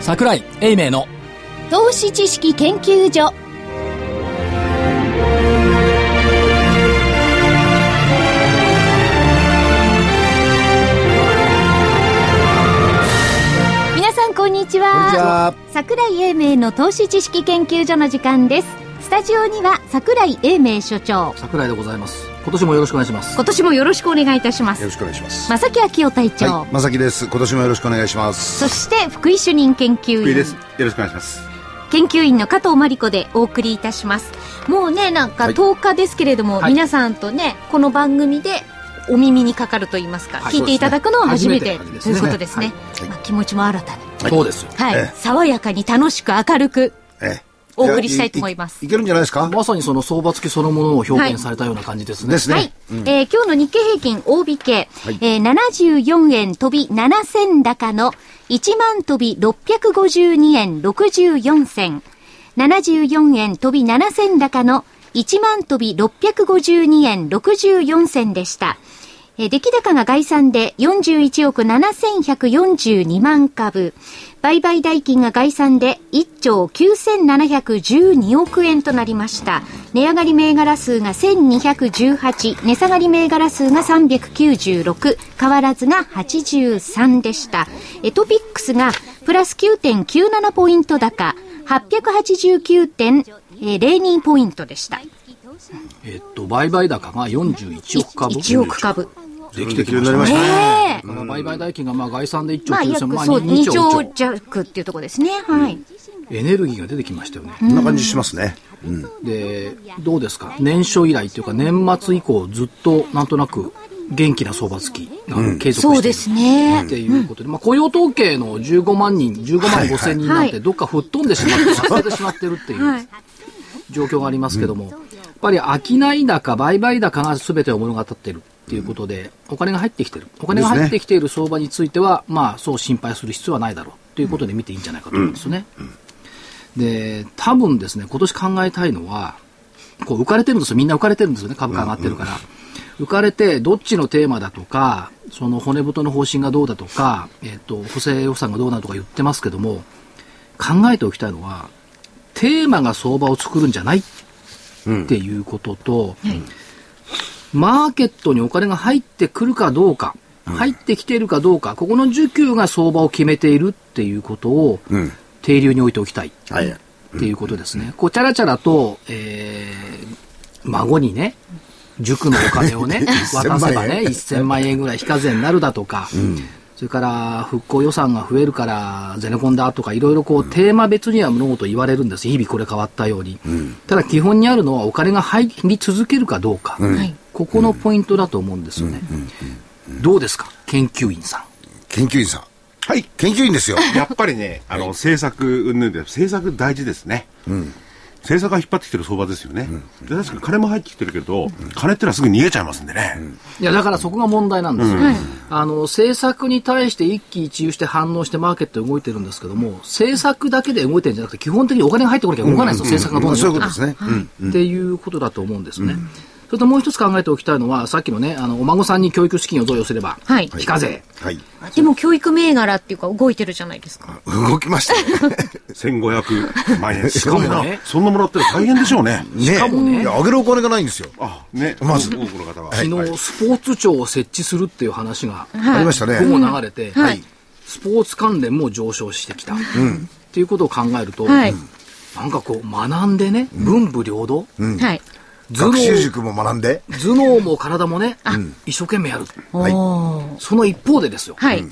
桜井英明の投資知識研究所皆さんこんにちはこんにちは桜井英明の投資知識研究所の時間ですスタジオには桜井英明所長桜井でございます今年もよろしくお願いします今年もよろしくお願いいたしまよろすしくお願いします。正木昭夫隊長、はい、まさきです。今年もよろしくお願いします。そして福井主任研究福井員です。よろしくお願いします。研究員の加藤真理子でお送りいたしますもうねなんかはい10日ですけれども、はい皆さんとねこの番組でお耳にかかると言いますか、はい聞いていただくのは初めて,、そうですといねうことですね、はいまあ、気持ちも新たに、そうですよはいええ爽やかに楽しく明るくええお送りしたいと思いますいけるんじゃないですかまさにその相場付きそのものを表現されたような感じですね、ですね。はい、えー今日の日経平均大引け、えー74円飛び7銭高の1万飛び652円64銭。74円飛び7銭高の1万飛び652円64銭でした。えー出来高が概算で41億7142万株。売買代金が概算で1兆9712億円となりました。値上がり銘柄数が1218、値下がり銘柄数が396、変わらずが83でした。えトピックスがプラス9.97ポイント高、889.02ポイントでした。えっと売買高が41億株1億株。できてでききるようまにしなたりましねねえ。たね。だから売買代金がまあ概算で1兆まあ、 9000約万そう、 2 2兆兆1兆弱っていうところですね。はい。エネルギーが出てきましたよね、こんな感じしますね。うん。でどうですか年初以来というか年末以降ずっとなんとなく元気な相場付きが継続そしてういでるすねっ。ていうことで、まあ、雇用統計の15万人、15万5千人なんはて、いどっか吹っ飛んでしまって、させてしまってるっていうはい状況がありますけども、やっぱり商い高、売買高が全てを物語っているっていうことで、お金が入ってきてる、お金が入ってきている相場については、まあ、そう心配する必要はないだろうということで見ていいんじゃないかと思うんですよね。で、多分ですね、今年考えたいのは、こう浮かれてるんですよ。みんな浮かれてるんですよね。株価上がってるから。浮かれて、どっちのテーマだとか、その骨太の方針がどうだとか、えっ、と、補正予算がどうなとか言ってますけども、考えておきたいのは、テーマが相場を作るんじゃないっていうことと、マーケットにお金が入ってくるかどうか、入ってきているかどうか、ここの需給が相場を決めているっていうことを、うん。定流に置いておきたい。はい。っていうことですね。こう、チャラチャラと、えー、孫にね、塾のお金を ね、渡せばね、1000万円ぐらい非課税になるだとか、それから復興予算が増えるからゼネコンだとか、いろいろこう、テーマ別には物事言われるんです。日々これ変わったように。ただ基本にあるのはお金が入り続けるかどうか。はいここのポイントだと思うんですよね。どうですか研究員さん。研究員さん。はい。研究員ですよ。やっぱりね、あの、政策云々で、政策大事ですね。政策が引っ張ってきてる相場ですよね。で確かに金も入ってきてるけど、金ってのはすぐ逃げちゃいますんでね。いやだからそこが問題なんですよ、はいあの政策に対して一喜一憂して反応してマーケット動いてるんですけども政策だけで動いてるんじゃなくて基本的にお金が入ってこなきゃ動かないんですよ、政策がどまんあどそんう動いいうてることですね。うん。っていうことだと思うんですね。それともう一つ考えておきたいのは、さっきのね、あの、お孫さんに教育資金を贈与すれば、はい非課税。はい。でも教育銘柄っていうか動いてるじゃないですか。動きました ね。 1500万円。しかかももねな、そんなもらって大変でしょうね。ねしかもね。いや、あげるお金がないんですよ。あ、ね。まず多くの方は。昨日、はいスポーツ庁を設置するっていう話が、ありましたね。午後流れて、はいはいスポーツ関連も上昇してきた。っていうことを考えると、はいなんかこう、学んでね、文武両道、はい。学習塾も学んで。頭脳も体もね、一生懸命やる。いおーその一方でですよ。はい。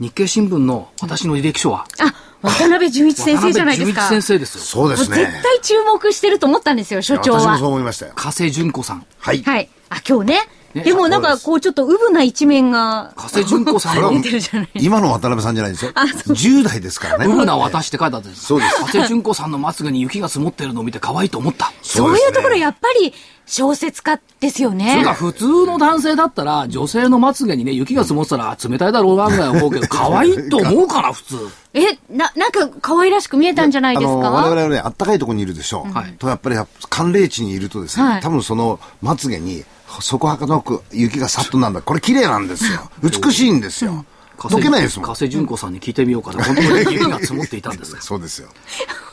日経新聞の私の履歴書は、あ、渡辺純一先生じゃないです渡か。辺純一先生ですよ。そうですもう絶ね。対注目してると思ったんですよ、所長私もはそう。思いましたよ。加瀬純子さん。はい。はい。あ、今日ね。ねでもなんそうかですこうちょっとうぶな一面が加瀬純子さんそは出れはてるじゃない。今の渡辺さんじゃないんですよ。10代ですからね。ウーナ私って書いてあったんです。そうです加瀬純子さんのまつげに雪が積もってるのを見て可愛いと思った。うそうですねいうところやっぱり小説家ですよそれねが。普通の男性だったら、女性のまつげにね、雪が積もってたら、あ冷たいだろうなぐらい思うけど、可愛いと思うかな、普通。え、な、なんか可愛らしく見えたんじゃないですあの我々かはね、あったかいところにいるでしょう。はいと、やっぱり寒冷地にいるとですね、はい多分そのまつげに、そこはかなく雪がさっとなんだ。これ綺麗なんですよ。美しいんですよ。解けないですも加ん。瀬純子さんに聞いてみようかな。本当に雪が積もっていたん ですそうですよ。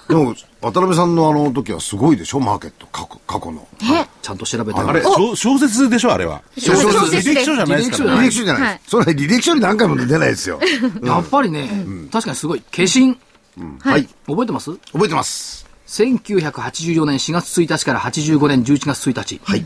でも、渡辺さんのあの時はすごいでしょマーケット、過去、過去の。えちゃんと調べたあれ、小小説でしょあれは。小説履歴書じゃないですから履ね。歴書じゃないです。はいそれは履歴書に何回も出ないですよ。やっぱりね、確かにすごい。化身。はい。覚えてます覚えてます。 1984年4月1日から85年11月1日。はい。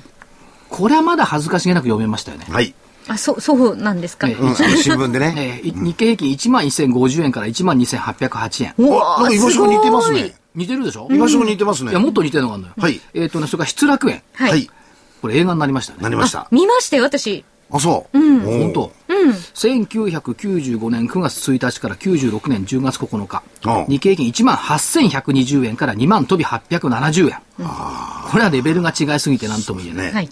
これはまだ恥ずかしげなく読めましたよね。はい。あ、そう、そうなんですか。ええうん、あの新聞でね。えーい日経平均1万1050円から1万2808円。おあ、なんか居場所が似てますね。似てるでしょ居場所が似てますね。いや、もっと似てるのがあるのよ。はいえっとね、それから失楽園。はい。はい。これ映画になりましたね。なりました。見ましたよ、私。あ、そう。うん。本当。1995年9月1日から96年10月9日うん、日経平均1万8120円から2万飛び870円。これはレベルが違いすぎて何とも言えない。ね。はい。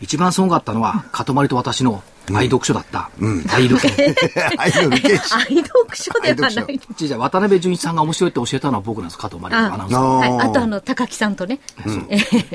一番すごかったのは、かとまりと私の愛読書だった。愛読書。 アイドル刑事。愛読書ではな愛い。じいちゃん渡辺純一さんが面白いって教えたのは僕なんです、かとまりのアナウンサー。はい。ああとああ。の、高木さんとね。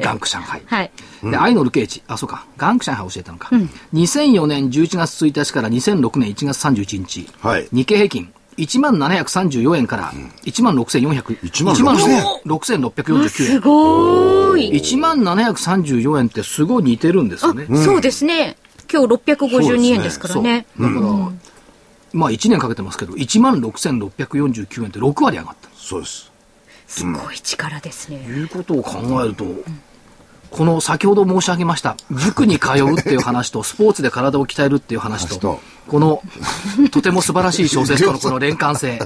ガンク上海。はい。で、愛のルケーチ。あ、そうか。ガンク上海教えたのか。2004年11月1日から2006年1月31日。はい日経平均。1734円から16,400 16,000 16,649す円。ごーい。 1734円ってすごい似てるんですよね。あ、そうですね。今日652円ですからそう。だねか。ら、まあ1年かけてますけど、16,649円って6割上がった。そうです。すごい力ですね。いうことを考えると、この先ほど申し上げました、塾に通うっていう話 と、スポーツで体を鍛えるっていう話話とと、このとても素晴らしい小説家のこの連関 性、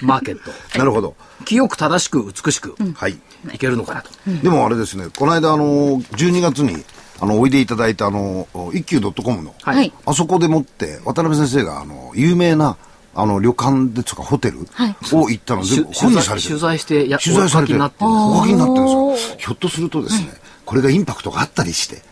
マーケット、なるほど。清く正しく美しくはい。いけるのかなと。でもあれですね、この間あの、12月に、あの、おいでいただいたあの、一休 .com の、はいはい。あそこでもって、渡辺先生が、あの、有名な、あの、旅館でとかホテルはいを行ったのしで、ゅ本にされてる。取材してや取材されてお書きにる。なおってるんです書きになってるんですよ。ひょっとするとですね、これがインパクトがあったりして、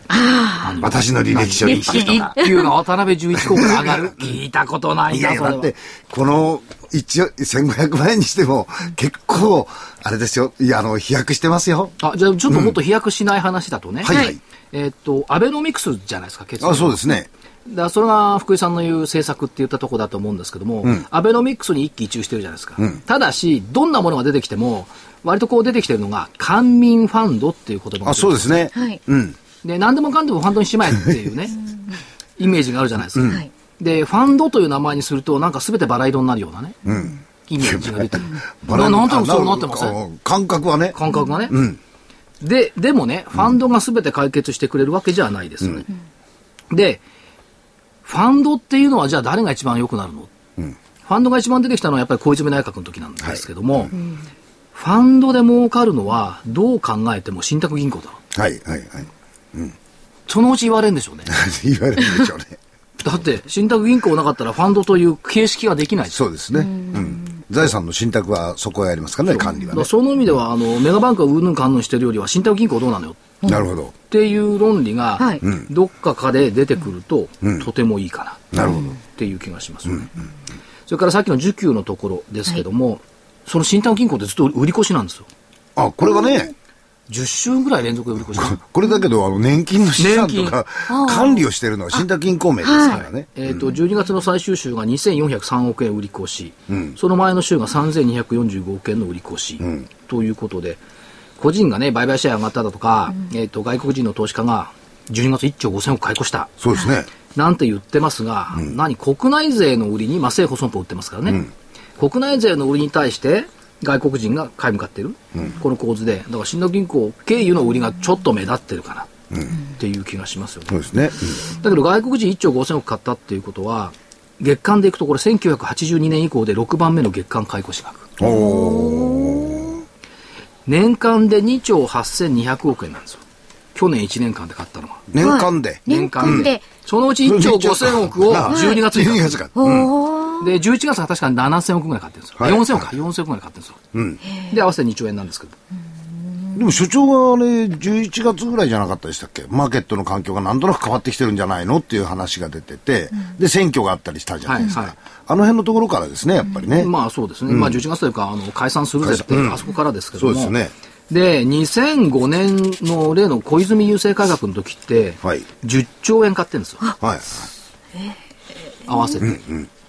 私の履歴書にインパクトが。一級が渡辺純一公から上がる。聞いたことない いやな、いや、それだはって。、この、一応、1500万円にしても、結構、あれですよ、いや、あの、飛躍してますよ。あ、じゃあちょっともっと飛躍しない話だとね。はいははいい。えっと、アベノミクスじゃないですか、結論あ、そうですね。だからそれが福井さんの言う政策って言ったとこだと思うんですけども、アベノミクスに一喜一憂してるじゃないですか、ただし、どんなものが出てきても、割とこう出てきてるのが、官民ファンドっていう言葉があ、そうですね。はいうん。で何でもかんでもファンドにしまえっていうね、イメージがあるじゃないですか、はい。でファンドという名前にすると、なんかすべてバラ色になるようなね、イメージが出てる、バなラなんとなくそうなってません、あ感覚はね。感覚がね、んででもね、ファンドがすべて解決してくれるわけじゃないですよね、でファンドっていうのはじゃあ誰が一番良くなるの、ファンドが一番出てきたのはやっぱり小泉内閣の時なんですけども、ファンドで儲かるのはどう考えても信託銀行だろはい、はい、はい。そのうち言われるんでしょうね言われるんでしょうね。だって信託銀行なかったらファンドという形式ができないですそうですね。うん。財産の信託はそこへありますからね、管理だはからね。その意味ではあのメガバンクがうんぬんかんぬんしてるよりは信託銀行どうなのよなるほど。っていう論理が、はいうんどっかかで出てくると、とてもいいかななるほどっていう気がしますよね、それからさっきの受給のところですけども、その新端銀行ってずっと売り越しなんですよあ、これがね、 10週ぐらい連続で売り越しこれだけど、あの、年金の資産とか金あ、管理をしているのは信託銀行名ですからね。えーと12月の最終週が2403億円売り越し、その前の週が3245億円の売り越し、ということで個人がね売買シェア上がっただとか、えー、と外国人の投資家が12月1兆5000億買い越したそうですね。なんて言ってますが、何国内税の売りに、まあ、政府損保売ってますからね、国内税の売りに対して外国人が買い向かってる、この構図でだから信託銀行経由の売りがちょっと目立ってるかなっていう気がしますよね、そうですね。だけど外国人1兆5000億買ったっていうことは月間でいくとこれ1982年以降で6番目の月間買い越し額うんおー年間で2兆8200億円なんですよ去年1年間で買ったのは年間で。年間で。そのうち1兆5000億 を12月に買った12月か。おー。で、11月は確かに7000億ぐらい買ってるんですよ。はい4000億か、4000億ぐらい買ってるんですよ。うん。で、合わせて2兆円なんですけど。でも所長があれ、11月ぐらいじゃなかったでしたっけマーケットの環境がなんとなく変わってきてるんじゃないのっていう話が出てて、で、選挙があったりしたじゃないですか。はいはいあの辺のところからですね、やっぱりね。まあそうですね。まあ11月というか、あの、解散するぜって、あそこからですけども。そうですね。で、2005年の例の小泉郵政改革の時って、はい10兆円買ってるんですよ。はい。合わせて。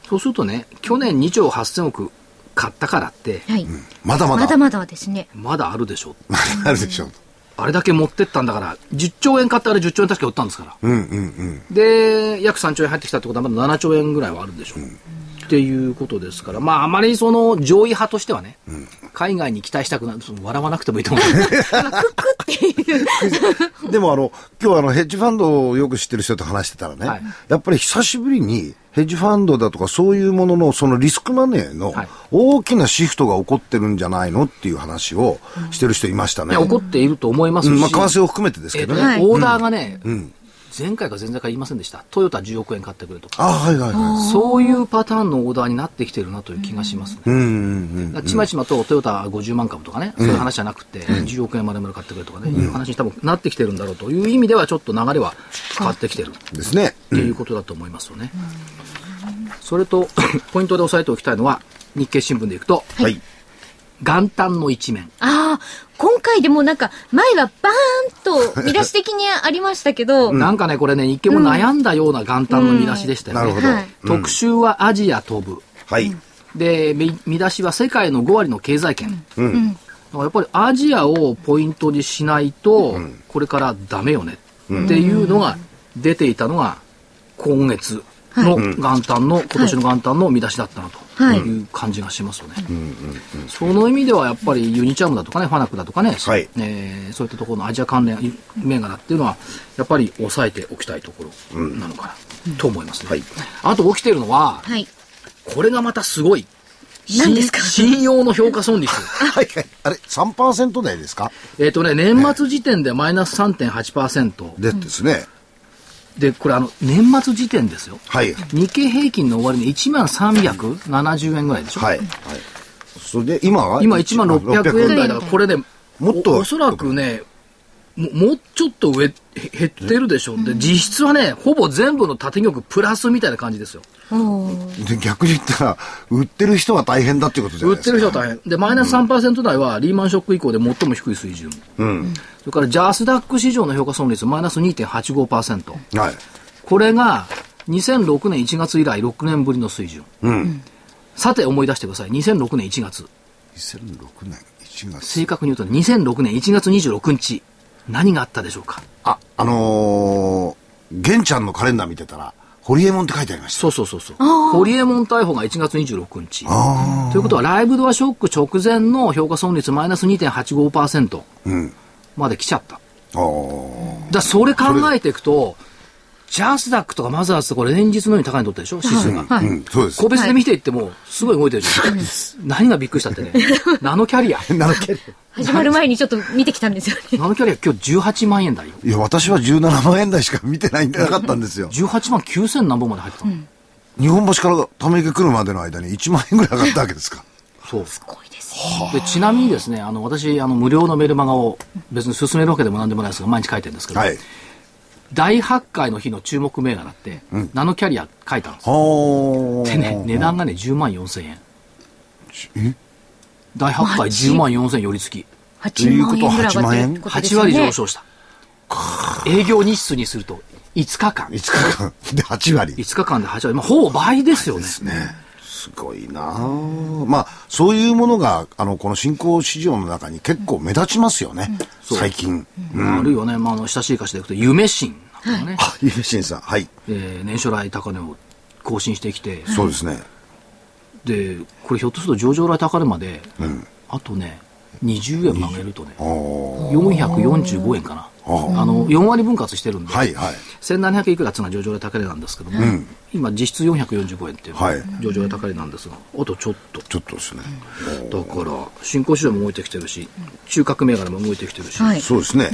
そうするとね、去年2兆8000億買ったからって、はい。まだまだ。まだまだですね。まだあるでしょ。まだあるでしょう。あれだけ持ってったんだから、10兆円買ってあれ10兆円確か売ったんですから。うんうんうん。で、約3兆円入ってきたってことは、まだ7兆円ぐらいはあるでしょう。っていうことですから、まあ、あまりその上位派としてはね、海外に期待したくなる、その笑わなくてもいいと思う。 でもあの、今日あの、ヘッジファンドをよく知ってる人と話してたらね、はいやっぱり久しぶりに、ヘッジファンドだとかそういうものの、そのリスクマネーのはい大きなシフトが起こってるんじゃないのっていう話をしてる人いましたいね。や、怒っていると思いますうし、んまあ、為替を含めてですえけっとどねね。はいオーダーがね、前回か前々回言いませんでした。トヨタ10億円買ってくれとか。あ、はいはいはい。そういうパターンのオーダーになってきてるなという気がしますね。うんうんうん。だからちまちまとトヨタ50万株とかね、そういう話じゃなくて、10億円までまで買ってくれとかね、いう話に多分なってきてるんだろうという意味では、ちょっと流れは変わってきてる。ですね。っていうことだと思いますよね。それと、 ポイントで押さえておきたいのは、日経新聞でいくと、はい。元旦の一面。ああ、今回でもなんか、前はバーンと見出し的にありましたけど、なんかね、これね、日経も悩んだような元旦の見出しでしたよね。うんなるほどはい特集はアジア飛ぶ。はい。で、み見出しは世界の5割の経済圏。だからやっぱりアジアをポイントにしないと、これからダメよねっていうのが出ていたのが、今月の元旦の、今年の元旦の見出しだったなとはいいう感じがしますよね。その意味ではやっぱりユニチャームだとかね、ファナックだとかね、はいえーそういったところのアジア関連銘柄っていうのは、やっぱり抑えておきたいところなのかなと思いますね。あと起きているのは、はい。これがまたすごい。何ですか信信用の評価損率。はいはい。あれ、3%台ですかえっとね、年末時点でマイナス3.8%。でですね。で、これあの、年末時点ですよ。はい。日経平均の終値1万370円ぐらいでしょ。はい。はい。それで、今は今1万600円台だから、これで、もっとおおそらくね、ももうちょっと上、へ減ってるでしょう。で、実質はね、ほぼ全部の縦玉プラスみたいな感じですよ。おーで逆に言ったら、売ってる人は大変だっていうことじゃな売いっでてすか。る人は大変。で、マイナス3%台はリーマンショック以降で最も低い水準。うん。それからジャスダック市場の評価損率マイナス2.85%。はい。これが2006年1月以来6年ぶりの水準。うん。さて思い出してください。2006年1月。 2006年1月。正確に言うと2006年1月26日。何があったでしょうかあ、あのー、玄ちゃんのカレンダー見てたら、ホリエモンって書いてありました。そうそうそうそう。ホリエモン逮捕が1月26日。あということはライブドアショック直前の評価損率マイナス2.85%あ。うん。まで来ちゃった。ああ。だからそれ考えていくと、ジャスダックとかマザーズとか連日のように高いの取ったでしょ指数が。はいうん、そうです個。別で見ていっても、すごい動いてるじゃないですか。何がびっくりしたってね。ナノキャリア。 なるけど。始まる前にちょっと見てきたんですよね。ナノキャリア今日18万円台よ。いや、私は17万円台しか見てないんでなかったんですよ。 18万9000何本まで入ってたの。日本橋からため池来るまでの間に1万円ぐらい上がったわけですか。そう。すごいですね。で、ちなみにですね、あの、私、あの、無料のメルマガを別に進めるわけでも何でもないですが、毎日書いてるんですけど、はい。大発会の日の注目銘柄って、ナノキャリア書いたんです。はあ。でね、値段がね、10万4000円。え大発会10万4000寄り付き。 8万円ぐらい上がってるってことで8すよね。割上昇した。営業日数にすると5日間。 5日間 で8割。 5日間で8割。まあ、ほぼ倍ですよね。すごいなあまあ、そういうものが、あの、この新興市場の中に結構目立ちますよね。最近。あるいはね、まあ、あの親しい歌詞でいくと、夢心なんかね、あ、ゆうしんさん。はい。えー年初来高値を更新してきて、そうですね。で、これひょっとすると上場来高値まで、んあとね、20円曲げるとね、ああ。 445円かな。ああの、4割分割してるんで、はい、はい。 1700いくらっつうのが上場来高値なんですけども、今実質445円っていうのはいが上場来高値なんですが、あとちょっと。ちょっとですね。だから、新興市場も動いてきてるし、中核銘柄も動いてきてるし、はい。そうですね。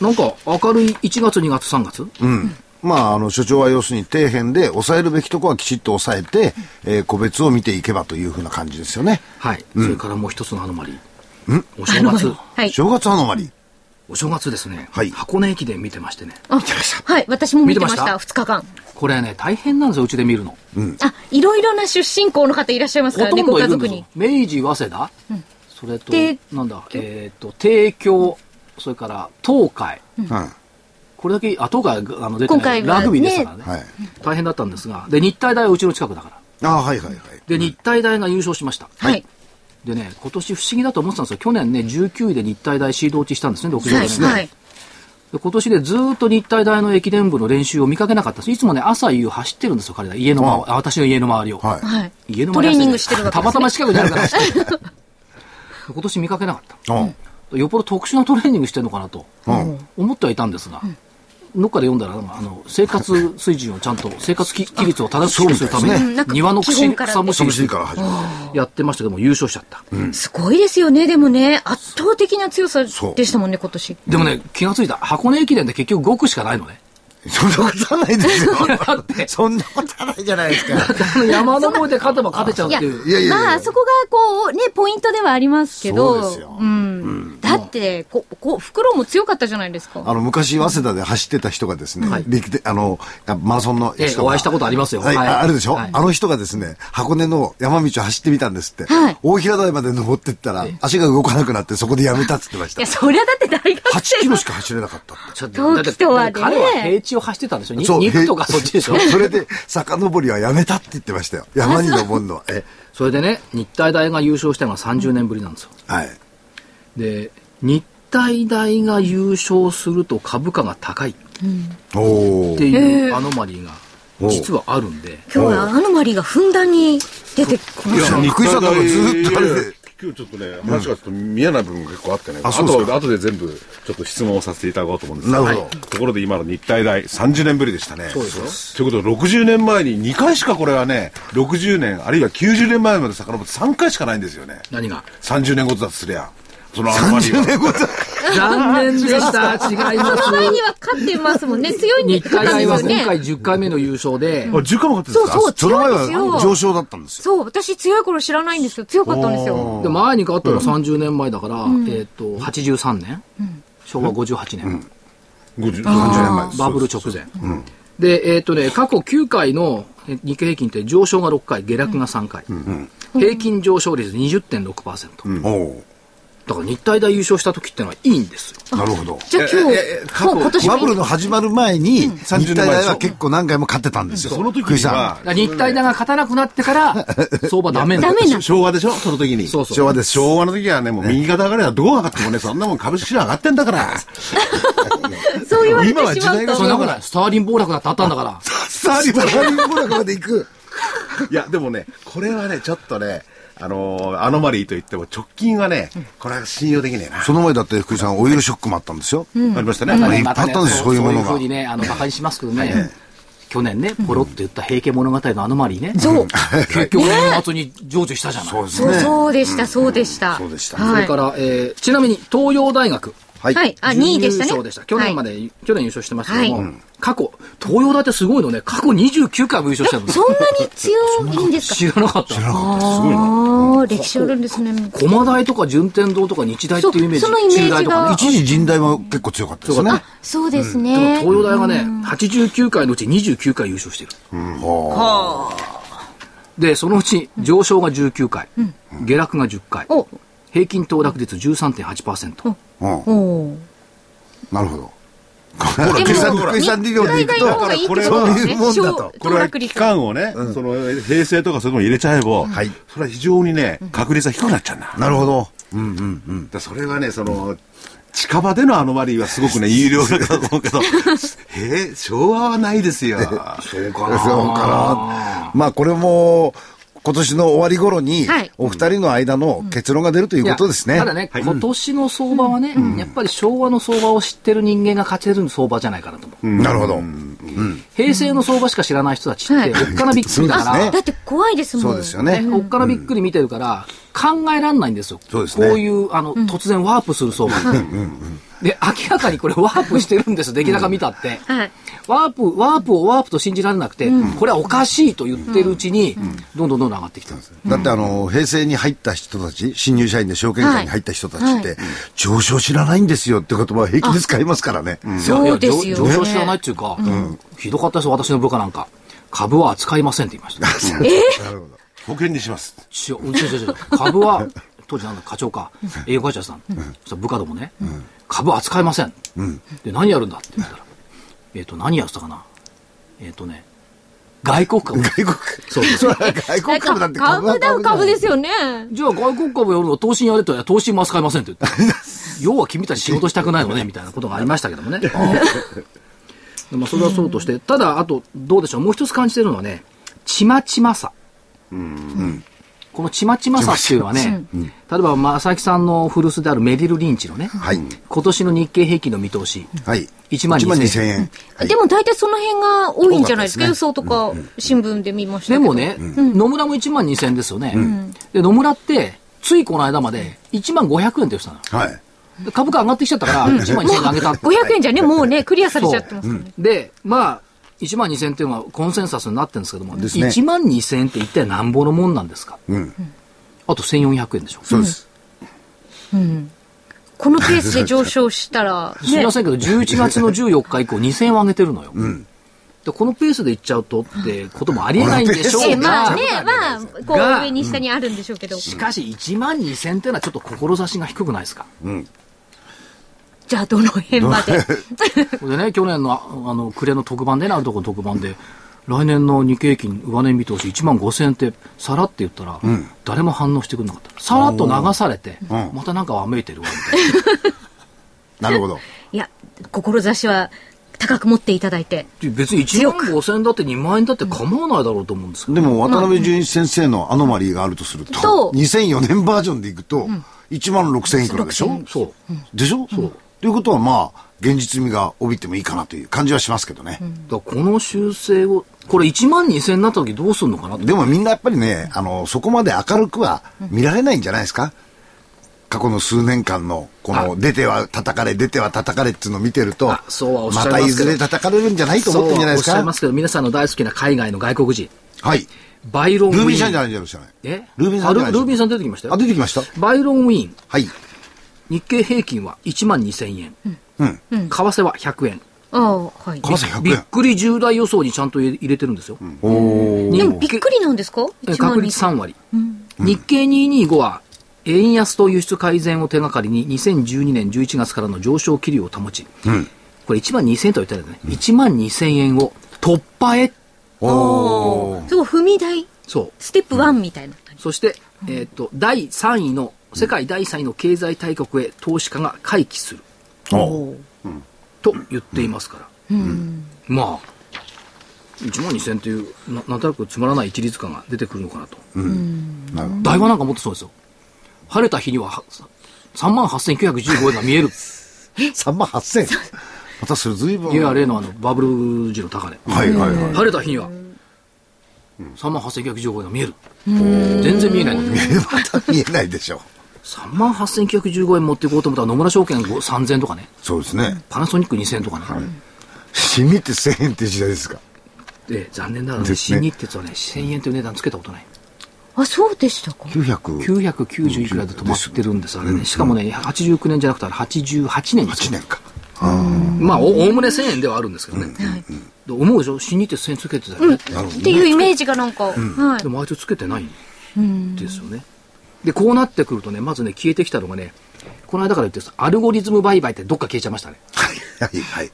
なんか明るい1月、2月、3月、うん。まあ、あの、所長は要するに底辺で抑えるべきとこはきちっと抑えて、えー個別を見ていけばというふうな感じですよね。はい、それからもう一つのアノマリー、お正 月、はい。正月アノマリ。お正月ですね、はい箱根駅伝見てましてね、あはい。私も見てまし見てた、ま2日間。これね、大変なんですよ、うちで見るの、あ、いろいろな出身校の方いらっしゃいますほからとね、んどごいる家ん族ですよに。、明治、早稲田、それとで、なんだ、えっ、と、帝京、それから東海、うん。はこれだけ、あ、東海あの出て今ない、回はラグビーでしたからねい。大変だったんですが、で、日体大はうちの近くだから。あはいはいはい。で、日体大が優勝しました。はい。でね、今年不思議だと思ってたんですよ。去年ね、19位で日体大シード落ちしたんですね、60はい。年、はい。で今年でずーっと日体大の駅伝部の練習を見かけなかったんです。いつもね、朝夕走ってるんですよ、彼ら。家の周り、あ私の家の周りを。はい。はい。家のト周りレはーニングしてるわけたです、ね。またま近くにあるから走ってる今年見かけなかった。うん。よっぽど特殊なトレーニングしてるのかなとうん。思ってはいたんですが、どっかで読んだら、あの生活水準をちゃんと、生活き規律を正しくするためそうみたいですねうんなんに、か庭の基本草から草むし寂しいりから始まやってましたけども、優勝しちゃった。すごいですよね、でもね。圧倒的な強さでしたもんね、今年。でもね、気がついた、箱根駅伝って結局5区しかないの ね。る。そんなことはないです よ。だって、そんなことはないじゃないですか。あの山登りで勝てば勝てちゃうっていう。いやいやいやまあ、そこが、こう、ね、ポイントではありますけど。そうですよん。だって、こ、こう、袋も強かったじゃないです か。あの、昔、早稲田で走ってた人がですね、陸で、あの、マラソンの人がええお会いしたことありますよはい、はいああるでしょ、はいあの人がですね、箱根の山道を走ってみたんですって、はい大平台まで登ってったら、足が動かなくなって、そこでやめたって言ってましいたや、。そりゃだって大学8生キのロしか走れなかった って。ちょっ同期とはねだって彼は平地を走ってたんですよ。に肉とかそっちでしょ へ。そうそれで、遡りはやめたって言ってましたよ。山に登るのは。え、それでね、日体大が優勝したのが30年ぶりなんですよ。はい。で、日体大が優勝すると株価が高いっおてー。いうアノマリーがおう実はあるんで、今日はアノマリーがふんだんに出てきまいしやたね。福井さんなんかずっとあれいやいや今日ちょっとね、話がちょっと見えない部分が結構あってね。ああそうですかと、あとで全部、ちょっと質問をさせていただこうと思うんですけなるほどところで今の日体大、30年ぶりでしたね。そうですよ。ということで、60年前に2回しかこれはね、60年、あるいは90年前まで遡って3回しかないんですよね。何が30年ごとだとすりゃ。そのあんまり。30年ごと残念でした。違いまその前す。には勝ってますもんね。強いんで日すよ体大は今ね。回10回目の優勝で、あ、10回も買ってるんですそうかそ、そうその強前いですはよ上。昇だったんですよ。そう、私強い頃知らないんですよ。強かったんですよ。で前に勝ったのが30年前だから、えっと、83年、昭和58年。 50 30年前です。バブル直前。で、えっ、とね、過去9回のえ日経平均って上昇が6回、下落が3回。平均上昇率20.6%、おだから日体大優勝した時ってのはいいんですよ。ーなるほど。じゃあ今えええ日、過去もう今年バもブルの始まる前に、 30日体大は結構何回も勝ってたんですよ。その時福井にさはだか、ら日体大が勝たなくなって から、相場ダメになダんメなの。昭和でしょその時に。そうそん。う。昭和です。昭和の時はね、もう右肩上がりはどう上がってもね、そんなもん株式市場上がってん だから。そう言われ今はてし時まう代がそとん。なことない。スターリン暴落だってあったんだから。さあ、リバラリンボラまで行く。いや、でもね、これはね、ちょっとね、あのーアノマリーといっても直近はね、これは信用できねえな。その前だって福井さん、オイルショックもあったんですよ。ありましたね。んあいれっぱいあったんですよまそういうものがそういうふうにね、あの、馬鹿にしますけどね。去年ね、ポロッと言った平家物語のアノマリーね。そう。結局年末に成就したじゃない。そうですそう、ね。そうでした、そうでした。そうでしたそはれいか。ら、えーちなみに東洋大学。はいはい。あ、2位でしたね。準優勝でした。去年まはで、去年優勝してましたけども、は過去、東洋大ってすごいのね、過去29回も優勝してるい。の。そんなに強い んですか知らなかった。ああ、歴史あるんですね。駒大とか順天堂とか日大っていうイメージ。そうそのイメージが中大とかね。一時人大も結構強かったですね。あ、そうですでもね。東洋大がね、89回のうち29回優勝してる。で、そのうち上昇が19回、下落が10回、お、平均騰落率13.8%。うん。おー。なるほど。でも計算福井さん理論でいく海外の方がいいってと、こことれですねそういうもんだと小。これは期間をね、その平成とかそういうのも入れちゃえば、いそれは非常にね、確率は低くなっちゃうんだ。なるほど。だからそれはね、その、近場でのアノマリーはすご くね、有料だと思うけど、へえ、昭和はないですよ。そうか そうかな。まあこれも、今年の終わり頃にはい、お二人の間の結論が出るといういこやとですね。ただね、今年の相場はね、やっぱり昭和の相場を知ってる人間が勝てる相場じゃないかなと思う。なるほど。平成の相場しか知らない人たちって、はいおっかなびっくりだかそうですらねだって怖いですもん。そうですよね。おっかなびっくり見てるから、考えらんないんですよ。そうですねこういう、あの、突然ワープする相場。で、明らかにこれワープしてるんですよ、出来高見たって。はい。ワープ、ワープをワープと信じられなくて、これはおかしいと言ってるうちに、どんどんどんどん上がってきてるんですよ。だってあの、平成に入った人たち、新入社員で証券会に入った人たちって、上昇知らないんですよって言葉を平気で使いますからね。そうですよいや上ね。上昇知らないっていうか、ひどかったですよ、私の部下なんか。株は扱いませんって言いました。保険にします。しょ違う違う違う株は、 当時なんだ、課長か、営業会社さん、そしたら部下どもね、株は扱いません。で、何やるんだって言ったら、えっ、と、何やってたかな。えっ、とね、外国株。外国。そうそれは外国株だって株だよ、株ですよね。じゃあ外国株やるの投資やれと投資も扱いませんって 言って要は君たち仕事したくないのねみたいなことがありましたけどもね。でもそれはそうとして、ただ、あと、どうでしょう、もう一つ感じてるのはね、ちまちまさ。うん。このちまちまさっていうのはね、例えば、正木さんの古巣であるメディル・リンチのね、はい。今年の日経平均の見通し、はい。 1万2000 1万2000円。はいでも大体その辺が多いんじゃないですか。多かったですね予想とか新聞で見ましたけでど。も。ね、野村も1万2000円ですよね。で、野村って、ついこの間まで1万500円って言ってたのよはい。で。株価上がってきちゃったから、1万2000円上げたって。 500円じゃね、もうね、クリアされちゃってますからね。で、まあ、1万2000っていうのはコンセンサスになってるんですけども、ですね1万2000円って一体なんぼのもんなんですかうん。あと1400円でしょ。そうです。このペースで上昇したら、すみねま、せんけど、11月の14日以降、2000円を上げてるのよ。でこのペースでいっちゃうとってこともありえないんでしょええうまあがね、、まあ、こがう上に下にあるんでしょうけど、しかし1万2000っていうのはちょっと志が低くないですか。じゃあどの辺まで。これでね、去年のああの暮れの特番でね、あるところの特番で、来年の日経平均上値見通し1万5000円って、さらって言ったら、誰も反応してくれなかった。さらっと流されて、うんまたなんかわめいてるわ、みたいな。なるほど。いや、志は高く持っていただいて。で別に1万5000円だって2万円だって構わないだろうと思うんですけど。でも、渡辺純一先生のアノマリーがあるとすると、と2004年バージョンでいくと、1万6000いくらでしょそう。でしょそう。ということは、まあ、現実味が帯びてもいいかなという感じはしますけどね。だからこの修正を、これ1万2000になった時どうするのかなって。でもみんなやっぱりね、あの、そこまで明るくは見られないんじゃないですか過去の数年間の、この、出ては叩かれ、出ては叩かれっていうのを見てるとあ、そうはおっしゃまいますけどたいずれ叩かれるんじゃないと思ってるんじゃないですそうおっしゃいかますけど、皆さんの大好きな海外の外国人。はい。バイロンウィーン。ルービンさんじゃないじゃないですか。えルービンさんじゃなあいルルービンさん出てきましたよ。あ、出てきましたバイロンウィーン。はい。日経平均は1万2000円。うん。為替は100円。ああ、はい。為替100びっ円。くり重大予想にちゃんと入れ入れてるんですよ。お日で経もびっくりなんですかえ ?1 万確に。率3割。日経225は、円安と輸出改善を手がかりに2012年11月からの上昇気流を保ち、これ1万2000円とは言ってないよね、1万2000円を突破へ、おーすごい踏み台、そう。ステップ1みたいな。そして、えっ、と、第3位の、世界第3位の経済大国へ投資家が回帰するおーと言っていますから、まあ、1万2000というな、なんとなくつまらない一律感が出てくるのかなと。なるほど。台場なんかもっとそうですよ。晴れた日にはは3万8915円が 見える。 3万8000。またそれ随分。いや、例のあの、バブル時の高値。はいはいはい。晴れた日には、3万8915円が見える。全然見えない。また見えないでしょう。 3万8915円持っていこうと思ったら野村証券5 3000とかね、そうですね。パナソニック2000とかね。染みって1000円って時代ですか。で、残念ながらですね、新ね日鉄はね、1000円という値段つけたことない。あ、そうでしたか。 900。 990いくらで止まってるんです、あれね。しかもね、89年じゃなくて、あれ88年です8よ。年か。まあ、おおおむね1000円ではあるんですけどね。で思うでしょ新日鉄1000円つけてたよね。っていうイメージがなんか、はでもあいつつけてないんですよね。で、こうなってくるとね、まずね、消えてきたのがね、この間から言ってるアルゴリズム売買ってどっか消えちゃいましたね。はいはいはい。い。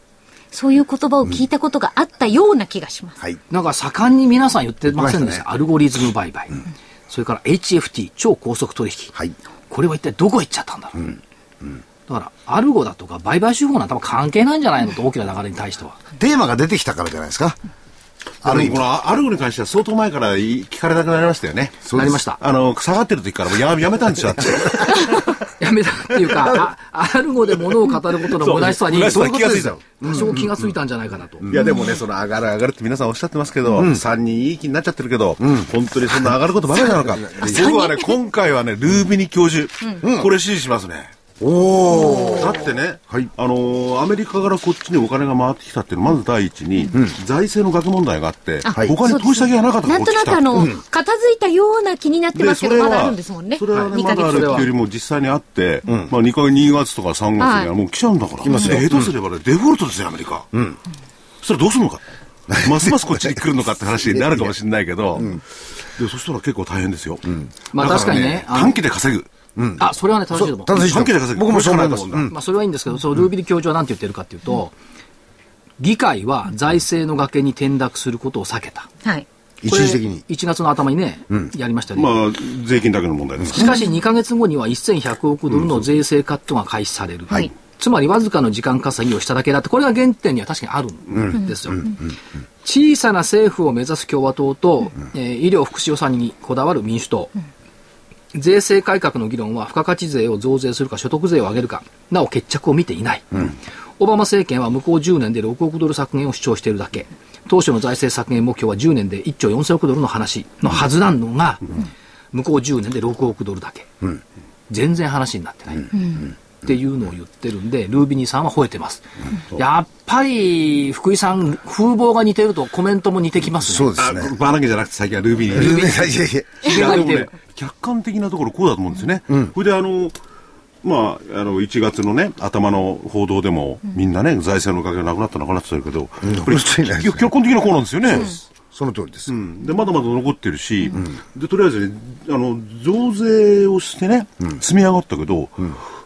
そういう言葉を聞いたことがあったような気がします。はい。なんか盛んに皆さん言ってませんでした。言いましたねアルゴリズム売買。それから HFT、超高速取引。はい。これは一体どこ行っちゃったんだろう。だから、アルゴだとか売買手法なんて多分関係ないんじゃないのと、大きな流れに対しては。テーマが出てきたからじゃないですか。ああるの、意こ味。のアルゴに関しては相当前からい聞かれなくなりましたよね。なりました。あの、下がってる時からもうややめたんでしょ、だって。やめたっていう か、あアルゴで物を語ることの虚しさに、そうそういうこと虚でしさすに気がつい多少気がついたんじゃないかなと。 いやでもね、その上がる上がるって皆さんおっしゃってますけど、3人いい気になっちゃってるけど、本当にそんな上がることばかりなの か。僕はね、今回はね、ルービニ教授、これ支持しますね。おー。だってね、あのーアメリカからこっちにお金が回ってきたっていうのはまず第一に、財政の額問題があって、あ他に投資先がなかったならんことっちな来くあた。の、片付いたような気になってますけど、まだあるんですもんね。それはね、 2まヶだあ月るっていうよりも実際にあって、まあ2回、2月とか3月にはいはもう来ちゃうんだから、で下手すればね、デフォルトですよ、アメリカ。そしたらどうするのか。ますますこっちに来るのかって話になるかもしれないけど、でそしたら結構大変ですよ。まあだら確かにねあの短期で稼ぐ。あ、それはね、楽しいと思う。楽しい短期で稼ぐ。僕もそう思いますこれしかなと思うんだまあ、それはいいんですけど、そのルービル教授はなんて言ってるかっていうと、議会は財政の崖に転落することを避けた。はい。一時的に。 1月の頭にね、やりましたね。まあ、税金だけの問題ですしかし2ヶ月後には1100億ドルの税制カットが開始される。はいつまりわずかの時間稼ぎをしただけだって、これが原点には確かにあるんですよ。小さな政府を目指す共和党と、えー医療福祉予算にこだわる民主党。税制改革の議論は付加価値税を増税するか所得税を上げるかなお決着を見ていない、オバマ政権は向こう10年で6億ドル削減を主張しているだけ当初の財政削減目標は10年で1兆4000億ドルの話のはずなのが、向こう10年で6億ドルだけ、全然話になってない、っていうのを言ってるんでルービニーさんは吠えてます、やっぱり福井さん風貌が似てるとコメントも似てきますねそうですあね。バーナンゲじゃなくて最近はルビー。いやいやいやい髭やがで似もてるね、客観的なところこうだと思うんですよね。それであの、まあ、あの1月のね、頭の報道でも、みんなね、財政のおかげでなくなった、なくなってたけど、これ、本当にないですね客観的なこうなんですよね。その通りです。うんでまだまだ残ってるし、でとりあえず、ね、あの増税をしてね、積み上がったけど、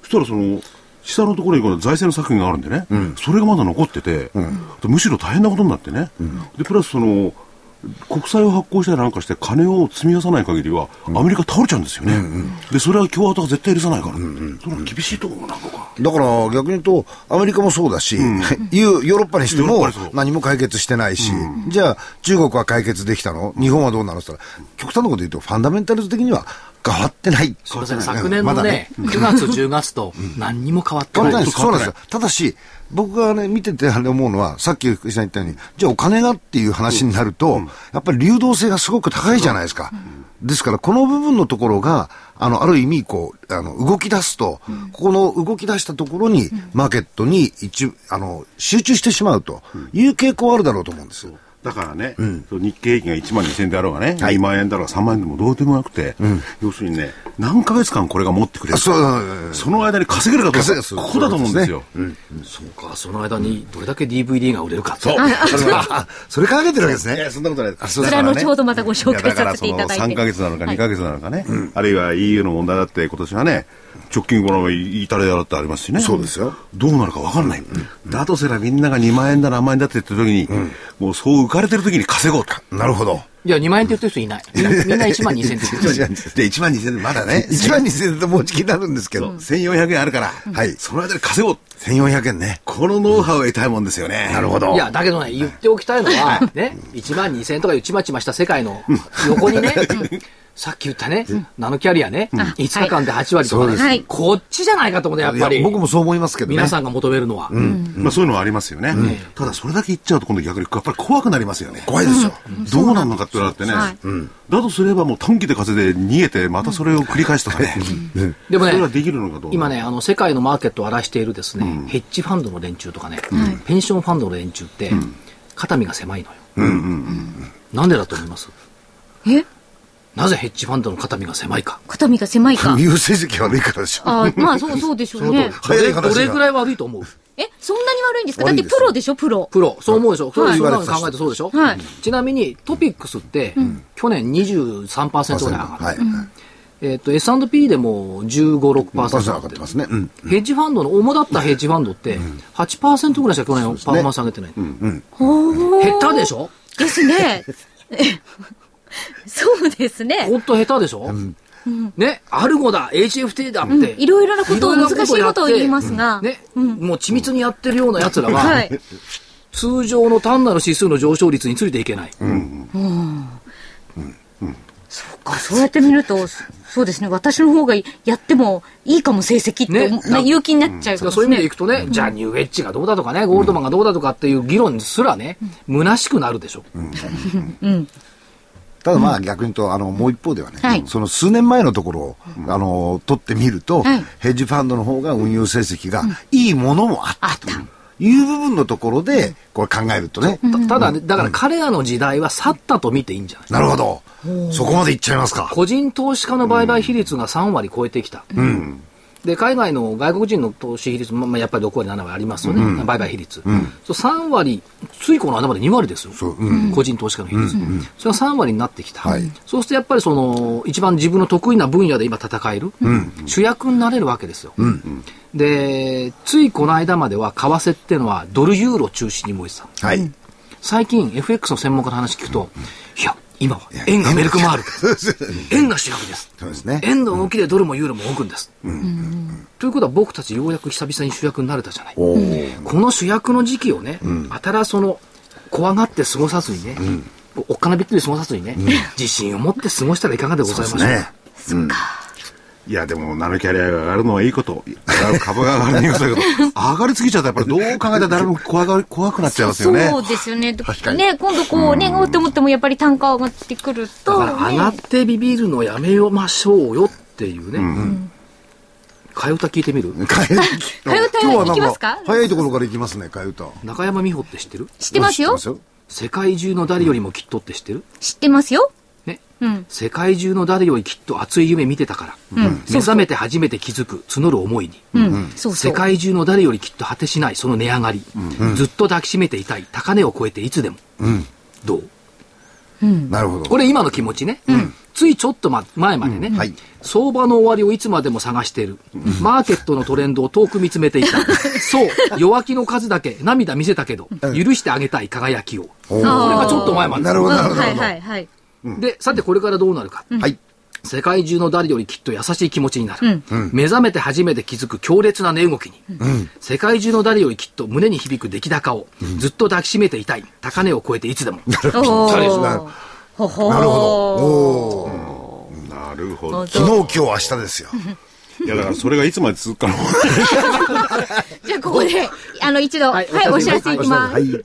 そしたらその下のところにこの財政の作品があるんでね、それがまだ残ってて、でむしろ大変なことになってね、でプラスその国債を発行したりなんかして金を積み出さない限りは、アメリカ倒れちゃうんですよね、でそれは共和党が絶対許さないから、それは厳しいところなのか。だから逆に言うと、アメリカもそうだし、いうヨーロッパにしてヨーロもッパにそう何も解決してないし、じゃあ中国は解決できたの日本はどうなのって言ったら、極端なこと言うと、ファンダメンタルズ的には変わってない。これね昨年まのだね、9月、10月と何にも変わって変なわっい。てないです。そうなんですよ。ただし、僕がね、見ててあれ思うのは、さっき福井さん言ったように、じゃあお金がっていう話になると、やっぱり流動性がすごく高いじゃないですか。ですから、この部分のところが、あの、ある意味、こう、あの、動き出すと、ここの動き出したところに、マーケットに一、あの、集中してしまうという傾向はあるだろうと思うんです。だからね、そう日経平均が1万2000円であろうがね、2万円だろうが3万円でもどうでもなくて、要するにね、何ヶ月間これが持ってくれるかそううんその間に稼げるかどう稼げか、るここだと思うんですよ。そうか、その間にどれだけ DVD が売れるかって。それ はそれ考えてるわけですいやね。そんなことないです。うそだれかはらね後ほどまたご紹介だかさらせそていのただいて。 3ヶ月なのか2ヶ月なのかね、あるいは EU の問題だって今年はね、直近頃のイタリアだってありますしね。そうですよ。どうなるか分かんない。だとすればみんなが2万円だ何万円だって言ってる時に、もうそう浮かれてる時に稼ごうと。なるほど。いや、2万円って言ってる人いない。みんなみんな1万2000円って言ってる。で、1万2000円でま だね、 1万2000円ともうじきになるんですけど、 1400円あるから、はいその間に稼ごう。 1400円ね。このノウハウを得たいもんですよね。なるほどいや、だけどね、言っておきたいのは、ね、1万2000円とかいうちまちました世界の横にね、さっき言ったね、ナノキャリアね、5日間で8割とかすはねい、こっちじゃないかと思って、やっぱいりや。僕もそう思いますけどね。皆さんが求めるのは。まあそういうのはありますよね。ただそれだけ言っちゃうと今度逆にやっぱり怖くなりますよね。怖いですよ。どうなんのかってなってね。はいうんだとすればもう短期で風で逃げて、またそれを繰り返すとかね。でもそれがね、できるのかどうか今ね、あの、世界のマーケットを荒らしているですね、ヘッジファンドの連中とかね、ペンションファンドの連中って、肩身が狭いのよ。なんでだと思いますえなぜヘッジファンドの肩身が狭いか。肩身が狭いか金。融成績悪いからでしょ。あーまあそうそうでしょうね。ど早いれ話がどれぐらい悪いと思うえ、そんなに悪いんですかだっ悪いてですプロでしょプロ。プロ、そう思うでしょ、そうはいそういうの考えてそうでしょ、はいちなみにトピックスって、去年23%ぐらい上がった、はい。えっと S&P でも15、6%パス上上がっがっててまますすね。うん。ヘッジファンドの主だったヘッジファンドって、8%ぐらいしか去年パフォーマンス上げてない、おー下手でしょ、ですね。そうですね。本当下手でしょ、ね、アルゴだ、HFT だって、いろいろなことをいろいろな難しいことをやって言いますが。ねもう緻密にやってるようなやつらは、はい。通常の単なる指数の上昇率についていけない、そうやって見ると、そそうですね、私の方がやってもいいかも成績って、ねね、勇気になっちゃうかもそういう意味でいくくとね、じゃあニューエッジがどうだとかね、ゴールドマンがどうだとかっていう議論すらね、虚しくなるでしょ。ただまあ逆に言うと、あの、もう一方ではね、はいその数年前のところを、あの、取ってみると、はいヘッジファンドの方が運用成績がいいものもあっあたっとた。いう部分のところで、これ考えるとね、たただね、だから彼らの時代は去ったと見ていいんじゃないなるほど。そこまでいっちゃいますか。個人投資家の売買比率が3割超えてきた。で海外の外国人の投資比率も、まあ、やっぱり6割、7割ありますよね、売買比率、そう3割、ついこの間まで2割ですよ、個人投資家の比率、それが3割になってきた、そうするとやっぱりその一番自分の得意な分野で今、戦える、主役になれるわけですよ。でついこの間までは為替っていうのはドルユーロ中心に動いてた、はい。最近 FX の専門家の話聞くと、いや今は円がメルク マール円が主役ですそうですね。円の動きでドルもユーロも動くんです、ということは僕たちようやく久々に主役になれたじゃない、おーこの主役の時期をね、あたらその怖がって過ごさずにね、おっかなびっくり過ごさずにね、自信を持って過ごしたらいかがでございましょうかね。いや、でも、ナノキャリアが上がるのはい いこと。上がる株が上がるのはいいこと だけど、上がりすぎちゃうと、やっぱりどう考えたら誰も怖がる怖くなっちゃいますよね。そうですよね。確かにね、今度こう、ね、おうと思ってもやっぱり単価上がってくるだと、から上がっねてビビるのやめましょうよっていうね、替え歌聞いてみる替え 替え歌今日はなんいきますか早いところからいきますね、替え歌。中山美穂って知ってる知ってますよ。世界中の誰よりもきっとって知ってる知ってますよ。ねうん。世界中の誰よりきっと熱い夢見てたから、目覚めて初めて気づく募る思いに、うん。そうそう。世界中の誰よりきっと果てしないその値上がり、ずっと抱きしめていたい高値を超えていつでも、どうなるほど。これ今の気持ちね、ついちょっとま前までね、はい相場の終わりをいつまでも探している、マーケットのトレンドを遠く見つめていた そう弱気の数だけ涙見せたけど、許してあげたい輝きをこれがちょっと前までなるほど、なるほど。はいはいはい。でさてこれからどうなるか、はい。世界中の誰よりきっと優しい気持ちになる、う目覚めて初めて気づく強烈な値動きに、世界中の誰よりきっと胸に響く出来高を、ずっと抱きしめていたい高値を超えていつでもおぴったりですねーほほーなるほど。おーなるほほどん。と昨日、今日、明日ですよ。いや、だからそれがいつまで続くかの。じゃあここで、あの一度、はい、お知ら せいきます。はい。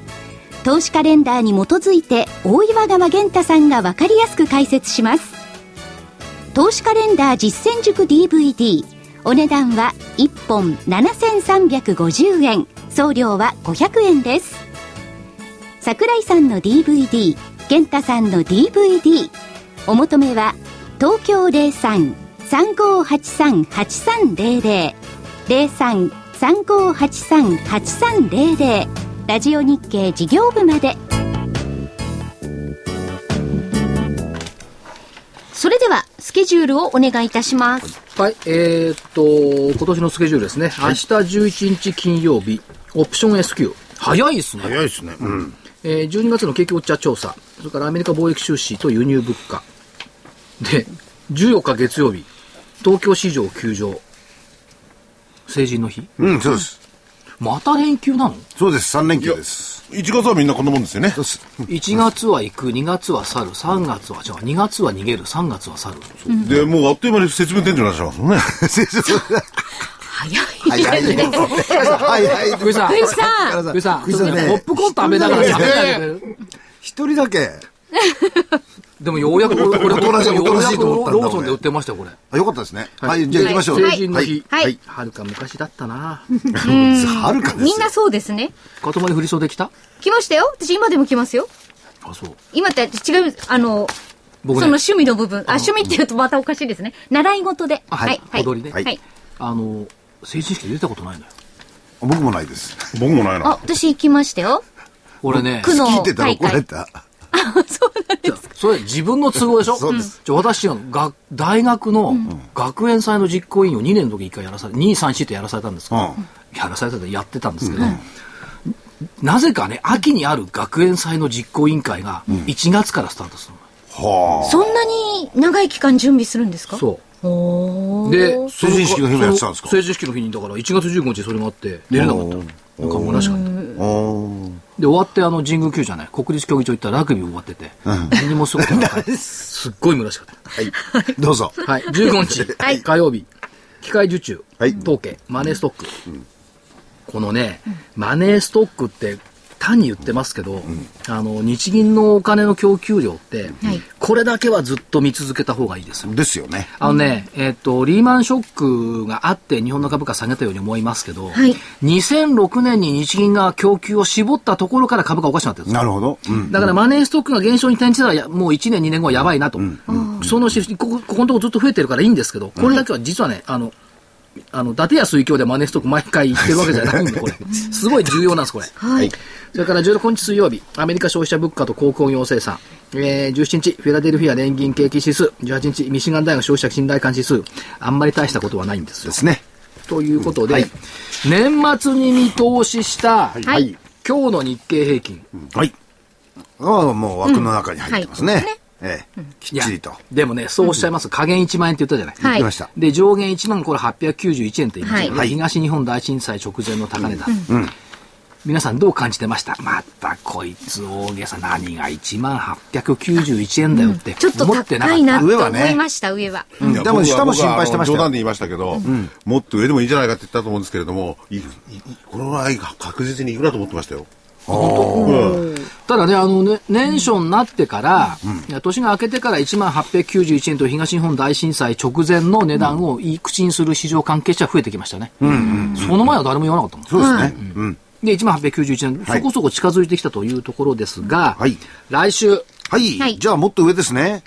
投資カレンダーに基づいて大岩川源太さんが分かりやすく解説します投資カレンダー実践塾 DVD お値段は1本7350円送料は500円です桜井さんの DVD 健太さんの DVD お求めは東京03-3583-8300 03-3583-8300ラジオ日経事業部までそれでは、スケジュールをお願いいたします。はい、えーっと、今年のスケジュールですね。明日11日金曜日、オプション SQ。早いですね。早いですね。うん。えー12月の景気ウォッチャー調査、それからアメリカ貿易収支と輸入物価。で、14日月曜日、東京市場休場。成人の日。うん、そうです。また連休なのそうです。3連休です。 1月はみんなこんなもんですよねそ。うです。 ?1 月は行く、2月は去る、3月は違う、2月は逃げる、3月は去る。で、もうあっという間に節分店長になっちゃ いますもんね。早い。早いですね。はいはい。福井さん、福井さん福井さん、福井さんねポップコーン食べながら喋ってあげて。一人だけ。でもようやくこれ、これ、これ、おとなしいよおとうなやしいくとロ思ったんだーソンで売ってましたよ、これ。あ、よかったですね。はい、じゃあ行きましょう。成人の日。はいはいはるか昔だったな。はるかですよ。みんなそうですね。かとまり振り袖着た来ましたよ。私今でも来ますよ。あ、そう。今って違う、あの、僕そのね、趣味の部分。あ、趣味って言うとまたおかしいですね。習い事で。あはい踊りねはい。あの、成人式出たことないのよ。僕もないです。僕もないあ、な。私行きましたよ。俺ね、区の聞いてたら大怒られ会。た。あ、そうなんです。 それ自分の都合でしょそうです。じゃあ私のが大学の学園祭の実行委員を2年の時1回やらされ、2、3、4とやらされたんですけど、やらされたってやってたんですけど、なぜかね、秋にある学園祭の実行委員会が1月からスタートするはそんなに長い期間準備するんですかの。そう。おーで、成人式の日もやってたんですかその成人式の日に、だから1月15日それがあって、出れなかった。なんか虚しかった。あ。おーで、終わって、あの、神宮球じゃない、国立競技場行ったらラグビー終わってて、何もすごく なかった。すっごい虚しかった。ど うぞ。はい、15日、火曜日、機械受注、はい統計、マネーストック。このね、マネーストックって、単に言ってますけど、あの、日銀のお金の供給量って、はいこれだけはずっと見続けた方がいいですよ。ですよね。あのね、えっと、リーマンショックがあって日本の株価下げたように思いますけど、はい2006年に日銀が供給を絞ったところから株価おかしくなってるんです。なるほど。うん。だからマネーストックが減少に転じたらや、もう1年2年後はやばいなと。そのし、ここ、ここのところずっと増えてるからいいんですけど、これだけは実はね、あの、あの、伊達や水郷でマネーストック毎回言ってるわけじゃないんで、これ。すごい重要なんです、これ。 はい。それから16日水曜日、アメリカ消費者物価と鉱工業生産。えー、17日、フィラデルフィア連銀景気指数。18日、ミシガン大学消費者信頼感指数。あんまり大したことはないんですでよ。すね。ということで、年末に見通しした、はい今日の日経平均。はい。ああ、もう枠の中に入ってますうんねはいね。ええ。きいっやちりと。でもね、そうおっしゃいます。加減1万円って言ったじゃない。は言っいてました。で、上限1万これ891円と言いましたよねはい東日本大震災直前の高値だ。皆さんどう感じてましたまたこいつ大げさ何が1万891円だよってちょっと思ってなか高っいた。なと上は思ねいました、上は。うんいやでも僕は下も僕は心配してましたよあの冗談で言いましたけど、もっと上でもいいんじゃないかって言ったと思うんですけれども、いいいこのラインが確実にいくなと思ってましたよ。本ただね、あのね、年初になってから、いや年が明けてから1万891円と東日本大震災直前の値段をいい口にする市場関係者増えてきましたね。その前は誰も言わなかったもん。そうですね。うん。で、1万891円、はいそこそこ近づいてきたというところですが、はい来週、は。はいいじゃあもっと上ですね。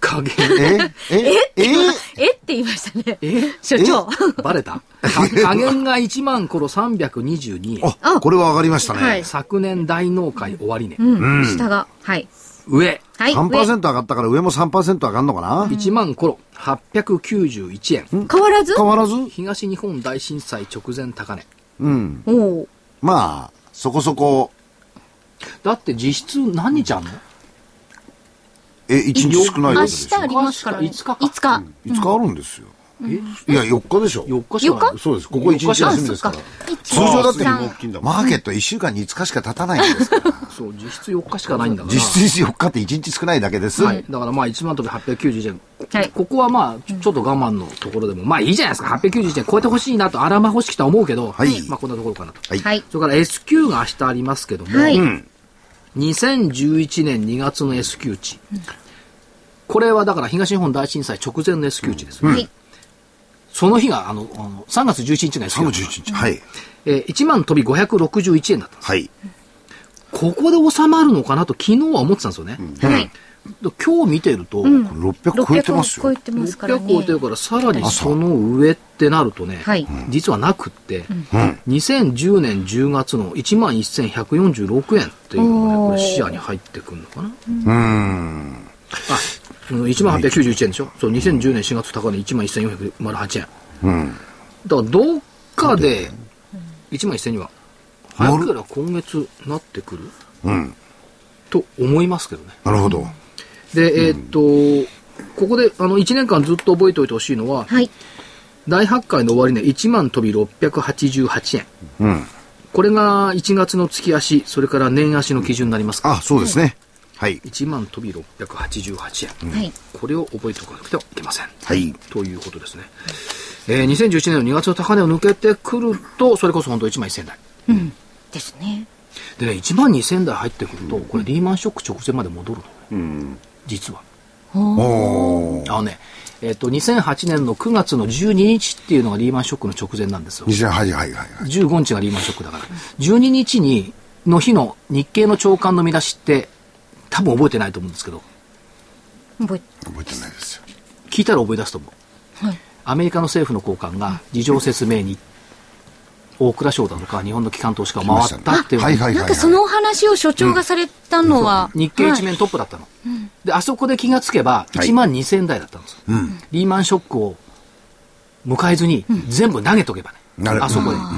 加減、 ええ ええって言いましたね。え所長。バレたか加減が1万この322円。あ、これは上がりましたはねい。昨年大納会終わりね。うん。下が。はい。上、はい。 3%上がったから上も3%上がるのかな1万コロ891円。上変わらず変わらず東日本大震災直前高値。うん。おお。まあ、そこそこ、だって実質何日あんのえ、1日少ない明やつでし日ありますからね。五日か5日。ょ。5日あるんですよ。いや、4日でしょ。 ?4 日しかない。そうです。ここ1日休みですから。通常だって一大きいんだもんマーケット1週間に5日しか経たないんですから。そう、実質4日しかないんだから。実質4日って1日少ないだけです。はい。だからまあ1万飛び891円。はいここはまあ、ちょちょっと我慢のところでも、まあいいじゃないですか。891円超えてほしいなと、あらま欲しきとは思うけど、はいまあこんなところかなと。はいはい。それから S q が明日ありますけども、はい。 2011年2月の S q 値。これはだから東日本大震災直前の S q 値です、はい。その日が、あの、あの3月11日が S 3 q 月値。 11日。はい。えー1万飛び561円だった。はい。ここで収まるのかなと昨日は思ってたんですよね。はい。で今日見てると、 600超えてま600す超よえ。てますから600超えねて。るから、さらにその上ってなるとね、はい実はなくって、2010年10月の1万1146円っていうのがね、これ視野に入ってくるのかな。うん。あ、1万891円でしょそう、2010年4月高値1万1408円。うん。だから、どっかで、1万1000には、早くら今月なってくるうん。と思いますけどね。なるほど。で、えーっと、ここで、あの、1年間ずっと覚えておいてほしいのは、はい。第8回の終わりね、1万飛び688円。うん。これが1月の月足、それから年足の基準になりますか。あ、そうですね。はい。 1万飛び688円。はい。これを覚えておかなくてはいけません。はい。ということですね。えー、2011年の2月の高値を抜けてくると、それこそ本当1万1000台。ですね。でね、1万2000台入ってくると、これリーマンショック直前まで戻るの。実は。おー。あのね、えっ、と、2008年の9月の12日っていうのがリーマンショックの直前なんですよ。 2000、はいはいはい。 15日がリーマンショックだから、12日にの日の日経の朝刊の見出しって、多分覚えてないと思うんですけど、覚え覚えてないですよ。聞いたら覚え出すと思う。はいアメリカの政府の高官が事情説明に、大蔵省だとか日本の機関投資家を回ったっていうのはいはいはい、はい。なんかそのお話を所長がされたのは、日経一はい面トップだったの、であそこで気がつけばはい1万2000円台だったんですよ、リーマンショックを迎えずに全部投げとけばね、なるあそこで、うんだか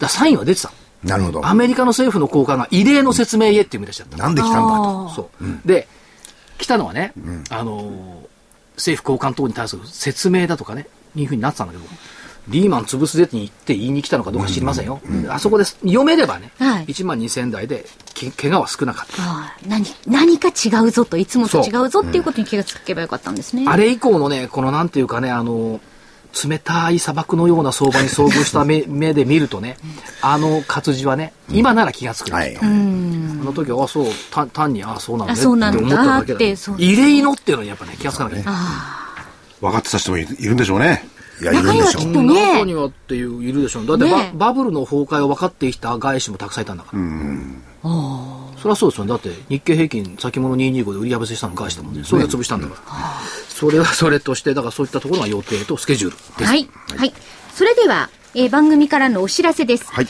らサインは出てたのなるほど。アメリカの政府の高官が異例の説明へっていう見出しだったのなんで来たんだと。あーそう、で来たのはね、あのー政府高官等に対する説明だとかねいうふうになってたんだけどリーマン潰すぜって言って言いに来たのかどうか知りませんよ、あそこです読めればね、はい1万2000円台でけ怪我は少なかったああ何何か違うぞといつもとそう違うぞっていうことに気がつけばよかったんですね。あれ以降のね、このなんていうかね、あの、冷たい砂漠のような相場に遭遇した 目目で見るとね、あの活字はね、今なら気がつく、はい。あの時は、あ、そう、単単に、あ、そうなんだねあそうなんだって思っただけっだてそう異例のっていうのにやっぱね、気がつかなきゃいけない。分かってた人もいいるんでしょうね。いや、いるんでしょ中にはきうっ。とね中にはっていう、いるでしょう。だってバ,、ねえバブルの崩壊を分かってきた外資もたくさんいたんだから。そりゃそうですよね。だって日経平均先物225で売り破せしたの外資だもんね。それを潰したんだから。それはそれとして、だからそういったところが予定とスケジュールです。はい。はい。それでは、えー番組からのお知らせです。はい。